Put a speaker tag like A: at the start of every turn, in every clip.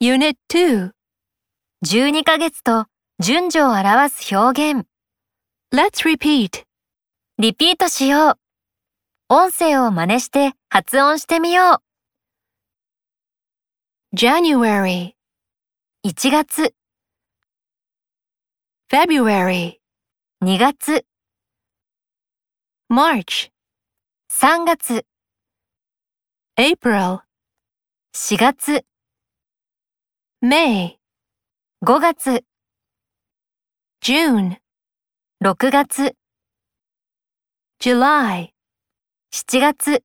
A: Unit 2.
B: 12ヶ月と順序を表す表現。
A: Let's repeat.
B: リピートしよう。音声を真似して発音してみよ
A: January,
B: う。1月、
A: February,
B: 2月、
A: March,
B: 3月、
A: April,
B: 4月、
A: May,
B: 5月、
A: June,
B: 6月、
A: July,
B: 7月、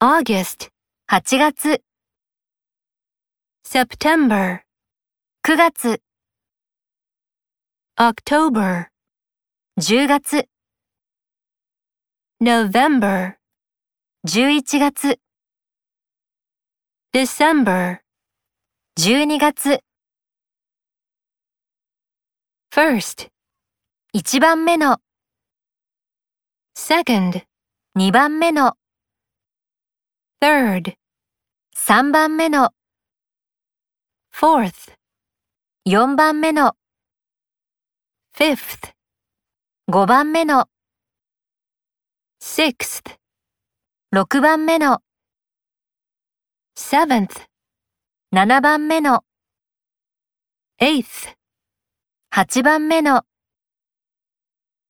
A: August,
B: 8月、
A: September,
B: 9月、
A: October,
B: 10月、
A: November,
B: 11月、
A: December.
B: 12月、
A: First,
B: 1番目の、
A: second,
B: 2番目の、
A: third,
B: 3番目の、
A: fourth,
B: 4番目の、
A: fifth,
B: 5番目の、
A: sixth,
B: 6番目の、
A: seventh,
B: 7番目の、
A: eighth,
B: 8番目の、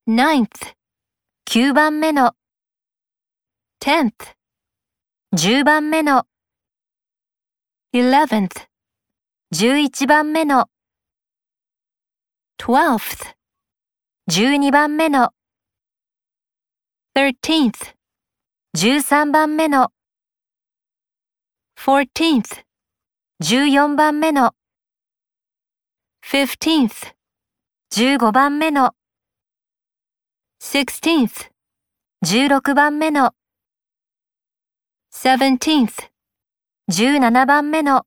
A: ninth,
B: 9番目の、
A: tenth,
B: 10番目の、
A: eleventh,
B: 11番目の、
A: twelfth,
B: 12番目の、
A: thirteenth,
B: 13番目の、
A: fourteenth,
B: 14番目の、
A: fifteenth,
B: 15番目の、
A: sixteenth,
B: 16番目の、
A: seventeenth,
B: 17番目の、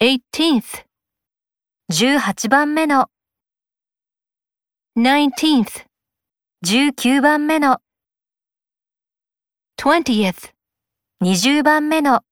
A: eighteenth,
B: 18番目の、
A: nineteenth,
B: 19番目の、
A: twentieth,
B: 20番目の、